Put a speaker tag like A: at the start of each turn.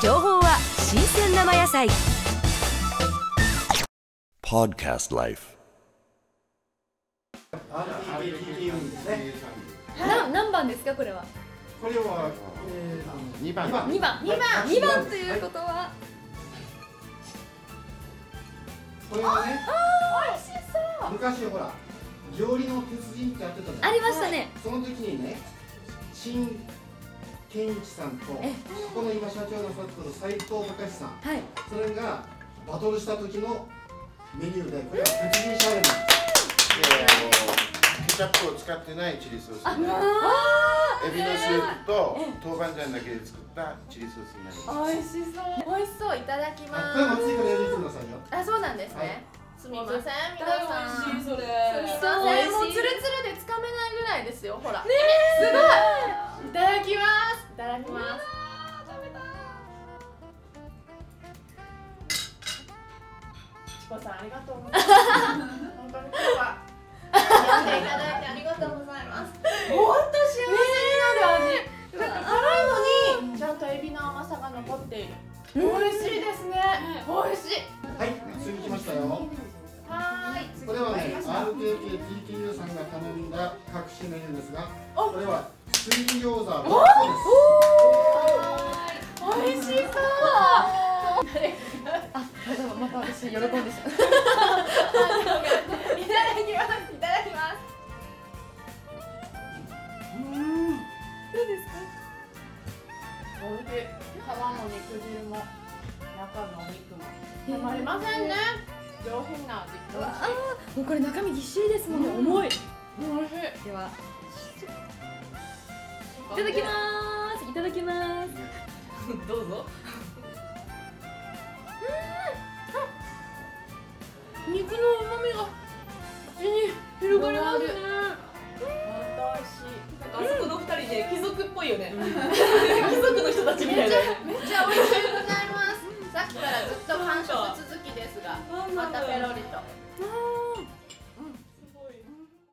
A: 情報は新鮮生野菜
B: Podcast Life.
C: な何番ですかこれは
D: これは、えー、2番
C: 2番2番2番ということは
D: これはね
C: あー美味しそう
D: 昔ほら料理の鉄人ってやってたじゃん
C: ありましたね
D: その時にね陳健一さんとこ
C: え
D: この今社長なさってる斎藤隆さん
C: はい
D: それがバトルした時のメニューでこれは鉄人シャレなんです
E: えーケチャップを使ってないチリソースになりま
C: あ
E: すエビのスープと豆板醤だけで作ったチリソースになります
C: 美味しそう美味しそういただき
D: あ
C: ま
D: これも追加でやりにくださいよ
C: あそうなんです
D: はい
C: ねすみません皆さんすみま
F: そ
C: せん
F: れ
C: もうツルツルでつかめないぐらいですよほらねすごいいただきますいただきます
F: チコさんありがとうございます本当に今日は読んでいただいてありがとうございます本当幸せになる味なんか辛いのにちゃんとエビの甘さが残っている美味しいですね美味しい
D: はい次来ましたよ
F: はーい
D: これはね RKKTKU さんが頼んだ隠しメニューですがこれは水餃子6個で
F: 美
D: す
F: 味しそう
C: また私喜んでし
F: いただきますいただきますうんどうですかおいしい皮も肉汁も中のお肉もたまりませんね上品な味美味しい
C: もうこれ中身ぎっしりですもんね重
F: お
C: い
F: いしい
C: ではいいただきますいただきます
F: どうぞ
C: 肉の旨味が口に広がりますね
F: 本当美味しい
G: あそこの二人ね、貴族っぽいよね。貴族の人たちみたいな。
C: めっ